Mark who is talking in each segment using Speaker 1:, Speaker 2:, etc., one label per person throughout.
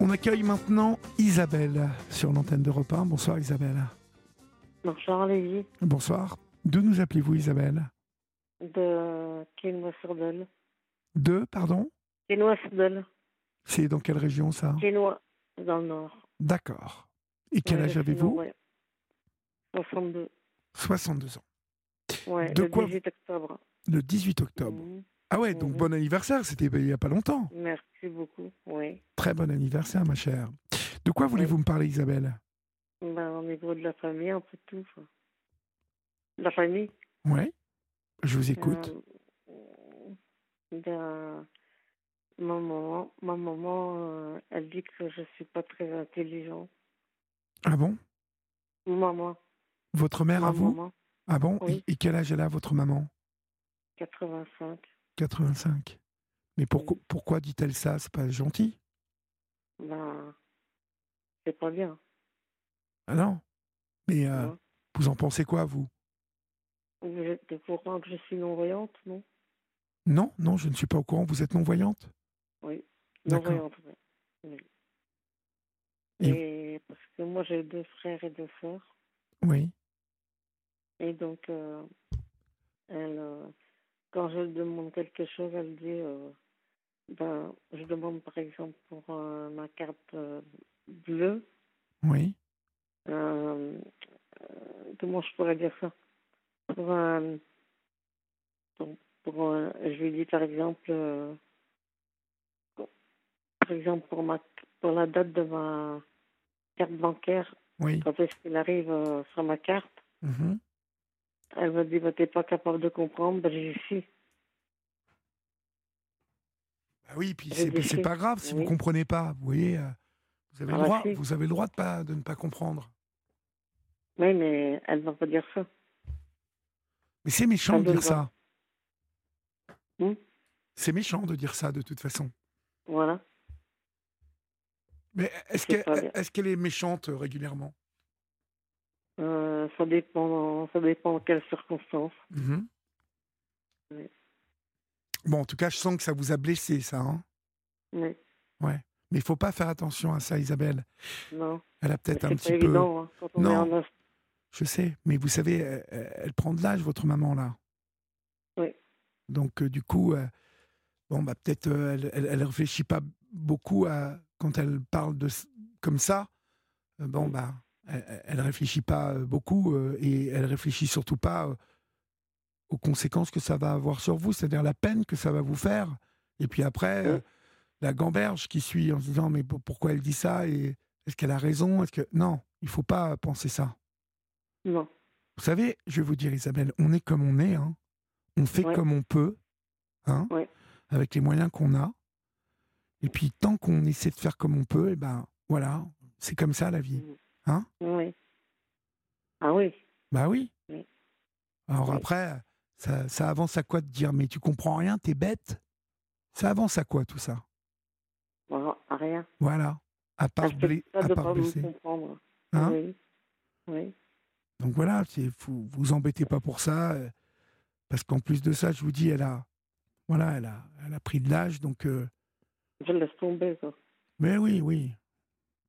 Speaker 1: On accueille maintenant Isabelle sur l'antenne de 1. Bonsoir Isabelle.
Speaker 2: Bonsoir Lévi,
Speaker 1: Bonsoir. D'où nous appelez-vous Isabelle
Speaker 2: de Quénois-sur-Dole.
Speaker 1: De, pardon
Speaker 2: Quénois-sur-Dole,
Speaker 1: C'est dans quelle région ça
Speaker 2: Quénois, dans le nord.
Speaker 1: D'accord. Et quel
Speaker 2: Ouais,
Speaker 1: âge
Speaker 2: le
Speaker 1: avez-vous
Speaker 2: nord, ouais. 62,
Speaker 1: 62 ans.
Speaker 2: ouais,
Speaker 1: De
Speaker 2: le
Speaker 1: quoi
Speaker 2: 18 octobre.
Speaker 1: Le 18 octobre.
Speaker 2: Mhm.
Speaker 1: Ah ouais, donc
Speaker 2: Mhm.
Speaker 1: bon anniversaire, c'était il n'y a pas longtemps.
Speaker 2: Merci beaucoup, oui.
Speaker 1: Très bon anniversaire, ma chère. De quoi voulez-vous me parler, Isabelle
Speaker 2: Ben, au niveau de la famille, un peu tout. quoi. La famille
Speaker 1: Ouais, je vous écoute.
Speaker 2: euh, ben, ma maman, ma maman euh, elle dit que je suis pas très intelligent.
Speaker 1: Ah bon
Speaker 2: Maman,
Speaker 1: Votre
Speaker 2: ma
Speaker 1: mère à vous
Speaker 2: maman,
Speaker 1: Ah bon
Speaker 2: Oui.
Speaker 1: Et et quel âge elle a, votre maman
Speaker 2: 85.
Speaker 1: 85. Mais
Speaker 2: Euh.
Speaker 1: pourquoi, pourquoi dit-elle ça C'est pas gentil
Speaker 2: Ben, c'est pas bien.
Speaker 1: Ah non Mais euh,
Speaker 2: Non.
Speaker 1: vous en pensez quoi, vous
Speaker 2: Hein, Vous êtes au courant que je suis non-voyante, non
Speaker 1: Non, non, je ne suis pas au courant, vous êtes non-voyante
Speaker 2: Oui,
Speaker 1: D'accord.
Speaker 2: non-voyante. oui. Oui. Et parce que moi, j'ai deux frères et deux sœurs.
Speaker 1: Oui.
Speaker 2: Et donc, euh, elle, euh, quand je demande quelque chose, elle dit euh, ben, je demande par exemple pour euh, ma carte euh, bleue,
Speaker 1: Oui.
Speaker 2: euh, euh, comment je pourrais dire ça Pour un. Pour, pour un- je lui dis par exemple. euh, par exemple, pour, ma, pour la date de ma carte bancaire,
Speaker 1: Oui.
Speaker 2: quand est-ce qu'il arrive euh, sur ma carte
Speaker 1: Mhm.
Speaker 2: Elle m'a dit, bah, t'es pas capable de comprendre. Ben, j'ai dit, si.
Speaker 1: Bah oui, puis
Speaker 2: Je
Speaker 1: c'est
Speaker 2: décris.
Speaker 1: c'est pas grave si vous
Speaker 2: Oui.
Speaker 1: comprenez pas, vous voyez. euh, vous avez,
Speaker 2: Ah
Speaker 1: le
Speaker 2: bah
Speaker 1: droit,
Speaker 2: si.
Speaker 1: vous avez le droit de, pas, de ne pas comprendre.
Speaker 2: Oui, mais elle va pas dire ça.
Speaker 1: Mais c'est méchant
Speaker 2: Ah,
Speaker 1: de
Speaker 2: je
Speaker 1: dire
Speaker 2: vois.
Speaker 1: ça.
Speaker 2: Hmm
Speaker 1: C'est méchant de dire ça, de toute façon.
Speaker 2: Voilà.
Speaker 1: Mais est-ce
Speaker 2: C'est
Speaker 1: qu'elle
Speaker 2: pas bien.
Speaker 1: est, qu'elle est méchante euh, régulièrement
Speaker 2: Euh, ça dépend, ça dépend en quelles circonstances.
Speaker 1: Mhm.
Speaker 2: Oui.
Speaker 1: Bon, en tout cas, je sens que ça vous a blessé, ça. hein.
Speaker 2: Mais
Speaker 1: Mais il faut pas faire attention à ça, Isabelle.
Speaker 2: non,
Speaker 1: Elle a
Speaker 2: c'est
Speaker 1: peut-être
Speaker 2: pas
Speaker 1: un petit peu.
Speaker 2: évident hein, quand on
Speaker 1: Non.
Speaker 2: est en ast-
Speaker 1: Je sais, mais vous savez, euh, euh, elle prend de l'âge, votre maman, là.
Speaker 2: Oui.
Speaker 1: Donc, euh, du coup, euh, bon, bah, peut-être euh, elle, elle, elle réfléchit pas beaucoup à, quand elle parle de, s- comme ça. Euh, bon, bah, elle, elle- elle réfléchit pas euh, beaucoup euh, et elle réfléchit surtout pas euh, aux conséquences que ça va avoir sur vous, c'est-à-dire la peine que ça va vous faire. Et puis après,
Speaker 2: Oui.
Speaker 1: euh, la gamberge qui suit en se disant, mais pour- pourquoi elle dit ça et est-ce qu'elle a raison Est-ce que non, il faut pas penser ça.
Speaker 2: Non,
Speaker 1: Vous savez, je vais vous dire, Isabelle, on est comme on est, hein. on fait
Speaker 2: Ouais.
Speaker 1: comme on peut, hein,
Speaker 2: Ouais.
Speaker 1: avec les moyens qu'on a. Et puis, tant qu'on essaie de faire comme on peut, et ben voilà, c'est comme ça la
Speaker 2: Mm.
Speaker 1: vie.
Speaker 2: oui. Ah oui,
Speaker 1: Bah oui.
Speaker 2: Oui.
Speaker 1: Alors
Speaker 2: Oui.
Speaker 1: après, ça, ça avance à quoi de dire, mais tu comprends rien, t'es bête Ça avance à quoi tout ça
Speaker 2: bon, à rien.
Speaker 1: Voilà. À part,
Speaker 2: Elle fait
Speaker 1: blé-
Speaker 2: ça
Speaker 1: à
Speaker 2: de
Speaker 1: part
Speaker 2: pas me
Speaker 1: blesser.
Speaker 2: comprendre.
Speaker 1: Hein
Speaker 2: oui, oui,
Speaker 1: Donc voilà, c'est- vous vous embêtez pas pour ça, euh, parce qu'en plus de ça, je vous dis, elle a, voilà, elle a, elle a pris de l'âge, donc euh,
Speaker 2: je laisse tomber. Quoi.
Speaker 1: Mais oui, oui.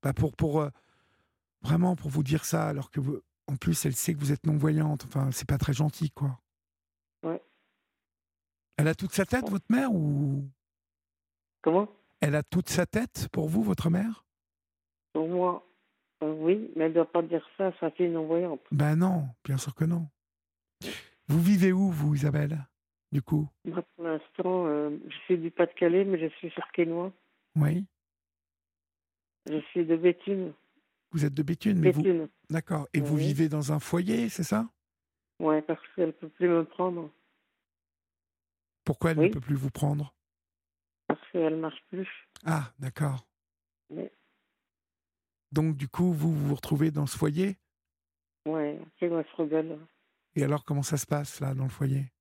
Speaker 1: Bah pour pour euh, vraiment pour vous dire ça, alors que vous, en plus elle sait que vous êtes non voyante. Enfin, c'est pas très gentil, quoi.
Speaker 2: Ouais.
Speaker 1: Elle a toute sa tête, votre mère, ou
Speaker 2: Comment
Speaker 1: elle a toute sa tête pour vous, votre mère
Speaker 2: Pour moi, euh, oui, mais elle doit pas dire ça à sa fille non-voyante.
Speaker 1: Ben non, bien sûr que non. Vous vivez où, vous, Isabelle Du coup,
Speaker 2: Moi, pour l'instant, euh, je suis du Pas-de-Calais, mais je suis sur Quénois.
Speaker 1: oui.
Speaker 2: Je suis de Béthune.
Speaker 1: Vous êtes de Béthune, mais vous,
Speaker 2: Béthune.
Speaker 1: d'accord. Et vous
Speaker 2: Oui.
Speaker 1: vivez dans un foyer, c'est ça
Speaker 2: Ouais, parce qu'elle peut plus me prendre,
Speaker 1: Pourquoi elle ne
Speaker 2: Oui.
Speaker 1: peut plus vous prendre
Speaker 2: parce qu'elle marche plus.
Speaker 1: Ah, d'accord.
Speaker 2: Oui.
Speaker 1: Donc du coup, vous vous vous retrouvez dans ce foyer
Speaker 2: Ouais, c'est moi se rebelle.
Speaker 1: Et alors, comment ça se passe, là, dans le foyer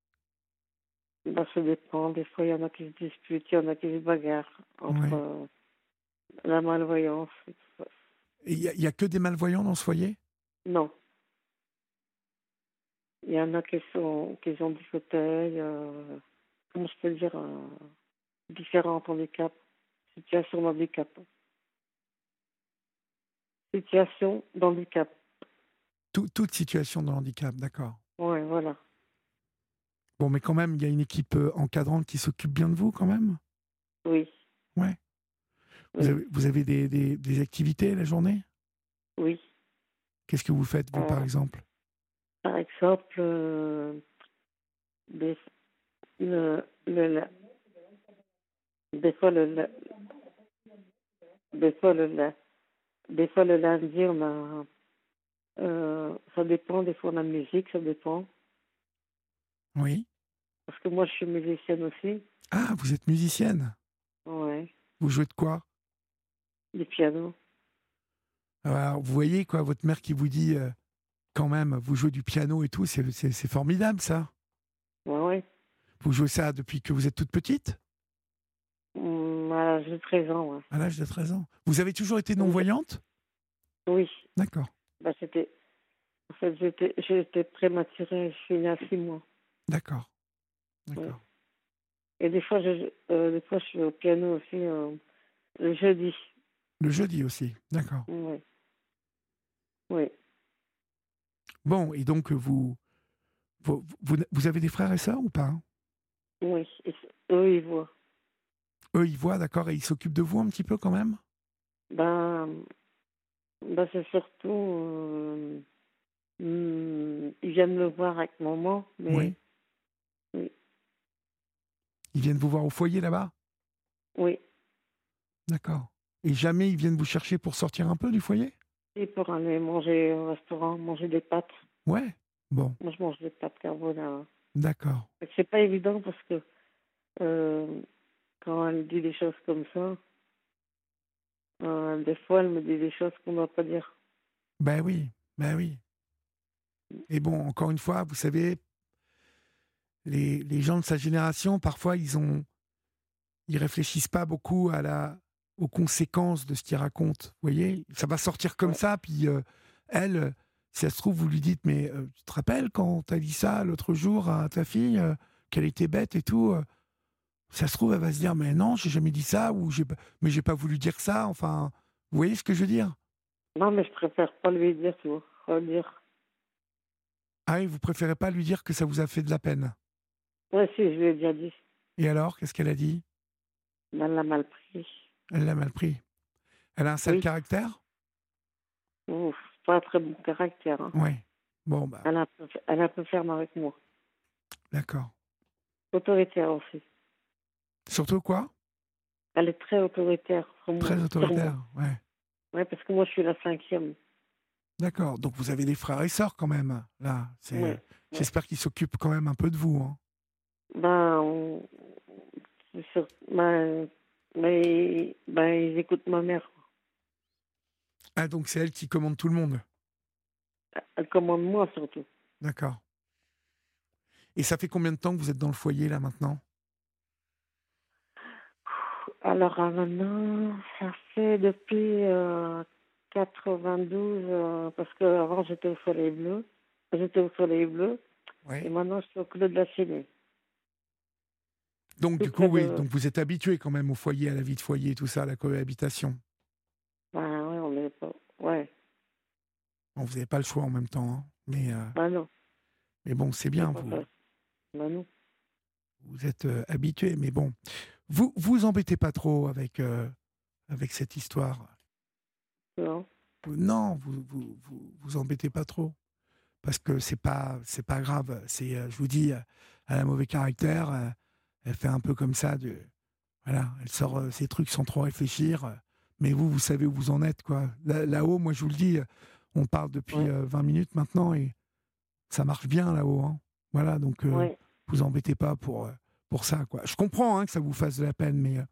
Speaker 2: Bah, ça dépend. Des fois, il y en a qui se disputent, il y en a qui se bagarrent entre euh, la malvoyance et tout ça.
Speaker 1: Il n'y a, y a que des malvoyants dans ce foyer
Speaker 2: Non. Il y en a qui sont qui ont des fauteuils, euh, comment je peux dire, euh, différents handicaps, situation handicap. situation d'handicap.
Speaker 1: Tout- toute situation de handicap, d'accord.
Speaker 2: Ouais, voilà.
Speaker 1: Bon, mais quand même, il y a une équipe euh, encadrante qui s'occupe bien de vous, quand même.
Speaker 2: Oui,
Speaker 1: Vous
Speaker 2: Oui.
Speaker 1: avez, vous avez des, des- des activités la journée
Speaker 2: oui.
Speaker 1: Qu'est-ce que vous faites, vous, par
Speaker 2: Euh,
Speaker 1: exemple
Speaker 2: Par exemple, euh, des, le, le, la- des fois le, la- des fois le, la- des fois le lundi, on a, euh, ça dépend. Des fois, on a musique, ça dépend.
Speaker 1: Oui.
Speaker 2: Parce que moi, je suis musicienne aussi.
Speaker 1: Ah, vous êtes musicienne.
Speaker 2: Ouais.
Speaker 1: Vous jouez de quoi
Speaker 2: Du piano.
Speaker 1: Alors, vous voyez, quoi, votre mère qui vous dit, euh, quand même, vous jouez du piano et tout, c'est- c'est c'est formidable, ça.
Speaker 2: Ouais, ouais.
Speaker 1: Vous jouez ça depuis que vous êtes toute petite,
Speaker 2: Hum, à l'âge de 13 ans, ouais.
Speaker 1: à l'âge de 13 ans. Vous avez toujours été non-voyante
Speaker 2: Oui.
Speaker 1: D'accord,
Speaker 2: Bah, c'était, en fait, j'étais, j'étais prématurée. Je suis née à 6 mois.
Speaker 1: d'accord, d'accord.
Speaker 2: Et des fois, je, euh, des fois, je suis au piano aussi euh, le jeudi.
Speaker 1: Le jeudi aussi, d'accord.
Speaker 2: Oui. Oui.
Speaker 1: Bon, et donc, euh, vous, vous, vous, vous avez des frères et sœurs ou pas hein
Speaker 2: Oui. Et c- eux, ils voient.
Speaker 1: Eux, ils voient, d'accord, et ils s'occupent de vous un petit peu quand même
Speaker 2: Ben, ben c'est surtout. euh, hmm, ils viennent me voir avec maman. Mais, Oui.
Speaker 1: Ils viennent vous voir au foyer là-bas
Speaker 2: Oui.
Speaker 1: D'accord. Et jamais ils viennent vous chercher pour sortir un peu du foyer
Speaker 2: Et pour aller manger au restaurant, manger des pâtes.
Speaker 1: Ouais. Bon,
Speaker 2: Moi, je mange des pâtes carbonara.
Speaker 1: d'accord.
Speaker 2: Fait que C'est pas évident parce que euh, quand elle dit des choses comme ça, euh, des fois, elle me dit des choses qu'on ne doit pas dire.
Speaker 1: Ben oui, ben oui. Et bon, encore une fois, vous savez, les, les gens de sa génération, parfois, ils ont, ils réfléchissent pas beaucoup à la, aux conséquences de ce qu'ils racontent. Vous voyez, ça va sortir comme
Speaker 2: Ouais.
Speaker 1: ça, puis euh, elle, si ça se trouve, vous lui dites, mais euh, tu te rappelles quand t'as dit ça l'autre jour à ta fille, euh, qu'elle était bête et tout. euh, ça se trouve, elle va se dire, mais non, j'ai jamais dit ça, ou j'ai, pas- mais j'ai pas voulu dire ça. Enfin, vous voyez ce que je veux dire
Speaker 2: Non, mais je préfère pas lui dire, tu vois. Pas dire.
Speaker 1: Ah, et vous préférez pas lui dire que ça vous a fait de la peine.
Speaker 2: Ouais, si, je lui ai déjà dit.
Speaker 1: Et alors, qu'est-ce qu'elle a dit
Speaker 2: Mais Elle l'a mal pris.
Speaker 1: Elle l'a mal pris. Elle a un sale
Speaker 2: Oui.
Speaker 1: caractère
Speaker 2: Ouf, pas un très bon caractère. hein.
Speaker 1: Oui. Bon, bah,
Speaker 2: Elle, a, un peu- elle a un peu ferme avec moi.
Speaker 1: d'accord.
Speaker 2: Autoritaire aussi.
Speaker 1: Surtout quoi
Speaker 2: Elle est très autoritaire. sur moi.
Speaker 1: Très
Speaker 2: Sur
Speaker 1: autoritaire, ouais.
Speaker 2: moi. Ouais, parce que moi, je suis la cinquième.
Speaker 1: D'accord. Donc vous avez des frères et sœurs quand même, là. C'est-
Speaker 2: Ouais.
Speaker 1: J'espère qu'ils s'occupent quand même un peu de vous. hein.
Speaker 2: Ben, on- c'est sûr- ben, ben, ben, ils écoutent ma mère.
Speaker 1: Ah, donc c'est elle qui commande tout le monde.
Speaker 2: Elle commande moi surtout.
Speaker 1: D'accord. Et ça fait combien de temps que vous êtes dans le foyer, là, maintenant
Speaker 2: Alors euh, maintenant, ça fait depuis euh, 92, euh, parce qu'avant j'étais au Soleil Bleu. J'étais au Soleil Bleu et
Speaker 1: Oui.
Speaker 2: maintenant je suis au Club de la Chine.
Speaker 1: Donc, du
Speaker 2: Tout
Speaker 1: coup,
Speaker 2: près
Speaker 1: oui.
Speaker 2: de-
Speaker 1: Donc, vous êtes habitué quand même au foyer, à la vie de foyer, tout ça, à la cohabitation.
Speaker 2: Ben ouais, on est pas. Ouais,
Speaker 1: Bon, vous n'avez pas le choix en même temps. hein. Mais, euh,
Speaker 2: ben non.
Speaker 1: mais bon, c'est bien.
Speaker 2: c'est
Speaker 1: Vous,
Speaker 2: pas ça. Ben non.
Speaker 1: vous êtes euh, habitué, mais bon, vous vous embêtez pas trop avec euh, avec cette histoire.
Speaker 2: non.
Speaker 1: Vous- Non, vous vous, vous vous embêtez pas trop parce que c'est pas c'est pas grave. C'est euh, je vous dis, euh, elle a un mauvais caractère. euh, elle fait un peu comme ça. De, voilà, elle sort euh, ses trucs sans trop réfléchir. euh, mais vous, vous savez où vous en êtes, quoi. Là- Là-haut, moi, je vous le dis, euh, on parle depuis
Speaker 2: Ouais.
Speaker 1: euh, 20 minutes maintenant et ça marche bien là-haut. hein. Voilà, donc euh,
Speaker 2: Ouais,
Speaker 1: vous embêtez pas pour, euh, pour ça. Quoi. Je comprends hein, que ça vous fasse de la peine, mais euh,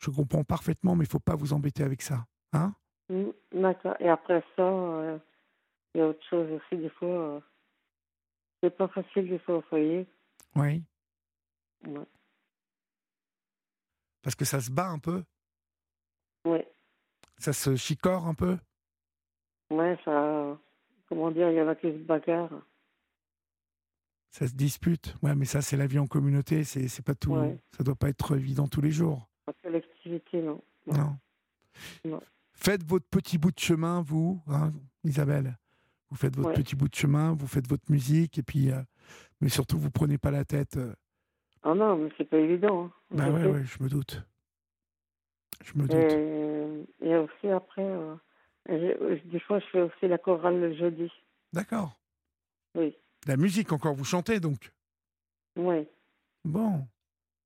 Speaker 1: je comprends parfaitement, mais il faut pas vous embêter avec ça. Hein
Speaker 2: Mm, d'accord. Et après ça, euh, il y a autre chose aussi, des fois. euh, c'est pas facile des fois au foyer.
Speaker 1: oui.
Speaker 2: Ouais.
Speaker 1: Parce que ça se bat un peu,
Speaker 2: Ouais,
Speaker 1: ça se chicore un peu.
Speaker 2: ouais ça. Comment dire, il y en a qui se bagarrent.
Speaker 1: Ça se dispute. Ouais, mais ça, c'est la vie en communauté. C'est c'est pas tout.
Speaker 2: Ouais.
Speaker 1: Ça doit pas être évident tous les jours.
Speaker 2: En collectivité, non. Ouais.
Speaker 1: Non.
Speaker 2: Non.
Speaker 1: faites votre petit bout de chemin, vous, hein, Isabelle. Vous faites votre
Speaker 2: Ouais.
Speaker 1: petit bout de chemin, vous faites votre musique, et puis, euh, mais surtout, vous prenez pas la tête. euh.
Speaker 2: Ah non, mais c'est pas évident. hein.
Speaker 1: Bah
Speaker 2: Je
Speaker 1: ouais,
Speaker 2: sais.
Speaker 1: ouais, je me doute. Je me
Speaker 2: Euh,
Speaker 1: doute.
Speaker 2: Et, et aussi après, euh, je- je- des fois je fais aussi la chorale le jeudi.
Speaker 1: D'accord.
Speaker 2: Oui.
Speaker 1: La musique encore, vous chantez donc.
Speaker 2: Oui.
Speaker 1: Bon.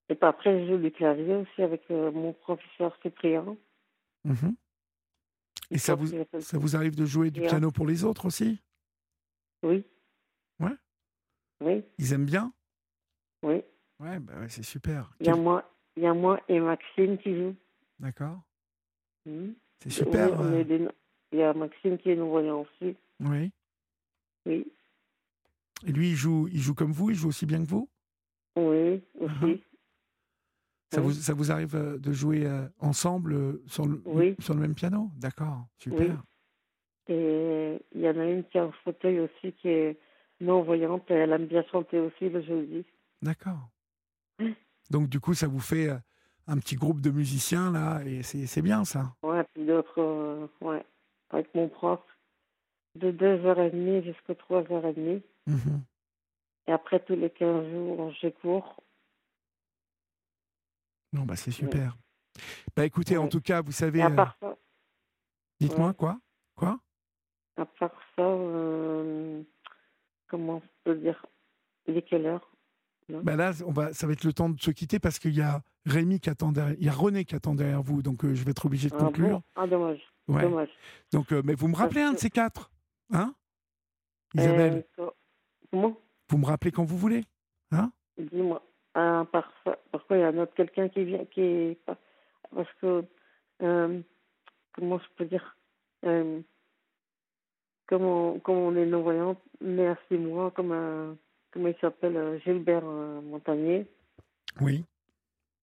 Speaker 2: Et puis après je joue du clavier aussi avec euh, mon professeur Cyprien.
Speaker 1: Mhm. Et ça
Speaker 2: Je crois
Speaker 1: vous,
Speaker 2: qu'il s'appelle-
Speaker 1: ça vous arrive de jouer du
Speaker 2: Bien.
Speaker 1: piano pour les autres aussi
Speaker 2: Oui.
Speaker 1: Ouais.
Speaker 2: Oui,
Speaker 1: Ils aiment bien
Speaker 2: oui.
Speaker 1: Ouais, bah ouais, c'est super.
Speaker 2: Il y a
Speaker 1: Quel-
Speaker 2: moi, il y a moi et Maxime qui jouent.
Speaker 1: D'accord.
Speaker 2: Hmm.
Speaker 1: C'est super.
Speaker 2: Oui, on
Speaker 1: euh,
Speaker 2: est des- Il y a Maxime qui est non-voyant aussi.
Speaker 1: oui.
Speaker 2: Oui,
Speaker 1: Et lui, il joue, il joue comme vous, il joue aussi bien que vous
Speaker 2: oui,
Speaker 1: Uh-huh.
Speaker 2: aussi.
Speaker 1: ça,
Speaker 2: Oui.
Speaker 1: vous ça vous arrive euh, de jouer euh, ensemble euh, sur le,
Speaker 2: Oui.
Speaker 1: sur le même piano D'accord, super.
Speaker 2: Oui. Et il y en a une qui a un fauteuil aussi qui est non-voyante et elle aime bien chanter aussi le jeudi.
Speaker 1: D'accord.
Speaker 2: Oui.
Speaker 1: Donc, du coup, ça vous fait euh, un petit groupe de musiciens, là, et c'est c'est bien ça.
Speaker 2: Ouais, puis d'autres, euh, ouais, avec mon prof, de 2h30 jusqu'à 3h30.
Speaker 1: Mhm.
Speaker 2: Et après, tous les 15 jours, j'ai cours.
Speaker 1: Non, bah, c'est super. Bah, écoutez, en
Speaker 2: Oui.
Speaker 1: tout cas, vous
Speaker 2: Et
Speaker 1: savez,
Speaker 2: à
Speaker 1: euh,
Speaker 2: part ça,
Speaker 1: dites-moi
Speaker 2: ouais.
Speaker 1: quoi Quoi
Speaker 2: à part ça euh, comment je peux dire, il est quelle heure
Speaker 1: Bah là, on va, ça va être le temps de se quitter parce qu'il y a Rémi qui attend derrière, il y a René qui attend derrière vous, donc euh, je vais être obligé de
Speaker 2: ah,
Speaker 1: conclure.
Speaker 2: bon ah, dommage,
Speaker 1: Ouais.
Speaker 2: dommage.
Speaker 1: Donc, euh, mais vous me rappelez un de ces quatre, hein Isabelle,
Speaker 2: Euh, co- comment
Speaker 1: vous me rappelez quand vous voulez.
Speaker 2: Dis-moi. Ah, par ça, pourquoi il y a un autre quelqu'un qui vient, qui est pas- parce que euh, comment je peux dire, euh, comme on, comme on est non voyant, mais à six mois, comme un, comment il s'appelle, euh, Gilbert euh, Montagnier.
Speaker 1: Oui.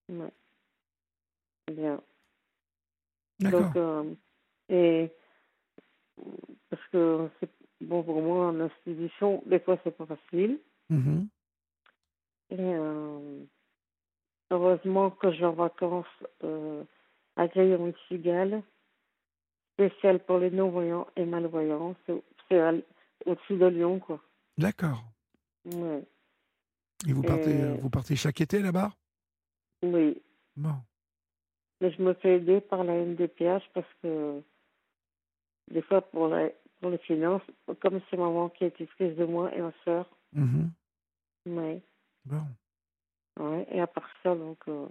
Speaker 2: Ouais. eh Bien.
Speaker 1: D'accord.
Speaker 2: Donc, euh, et parce que c'est bon pour moi en institution, des fois c'est pas facile.
Speaker 1: Mhm.
Speaker 2: Et euh, heureusement que je vais en vacances euh, à Gaillon et Cigale, spécial pour les non-voyants et malvoyants. C'est c'est à l- au-dessus de Lyon, quoi.
Speaker 1: D'accord.
Speaker 2: Ouais.
Speaker 1: Et vous partez,
Speaker 2: Euh,
Speaker 1: euh, vous partez chaque été là-bas
Speaker 2: Oui.
Speaker 1: Bon.
Speaker 2: Mais je me fais aider par la MDPH parce que des fois pour, la, pour les finances, comme c'est maman qui est tutrice de moi et ma soeur,
Speaker 1: Mhm.
Speaker 2: ouais,
Speaker 1: Bon.
Speaker 2: ouais, et à part ça, donc, euh,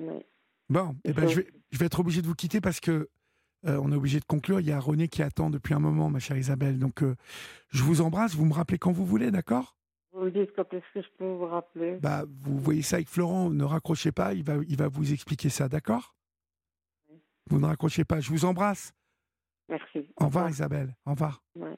Speaker 2: ouais.
Speaker 1: Bon. Eh ben, je vais, je vais être obligé de vous quitter parce que euh, on est obligé de conclure. Il y a René qui attend depuis un moment, ma chère Isabelle. Donc, euh, je vous embrasse. Vous me rappelez quand vous voulez, d'accord
Speaker 2: vous me dites quand est-ce que je peux vous rappeler.
Speaker 1: Bah, vous voyez ça avec Florent, ne raccrochez pas, il va, il va vous expliquer ça, d'accord Vous ne raccrochez pas, je vous embrasse.
Speaker 2: Merci.
Speaker 1: Au revoir Isabelle, au revoir.
Speaker 2: Ouais.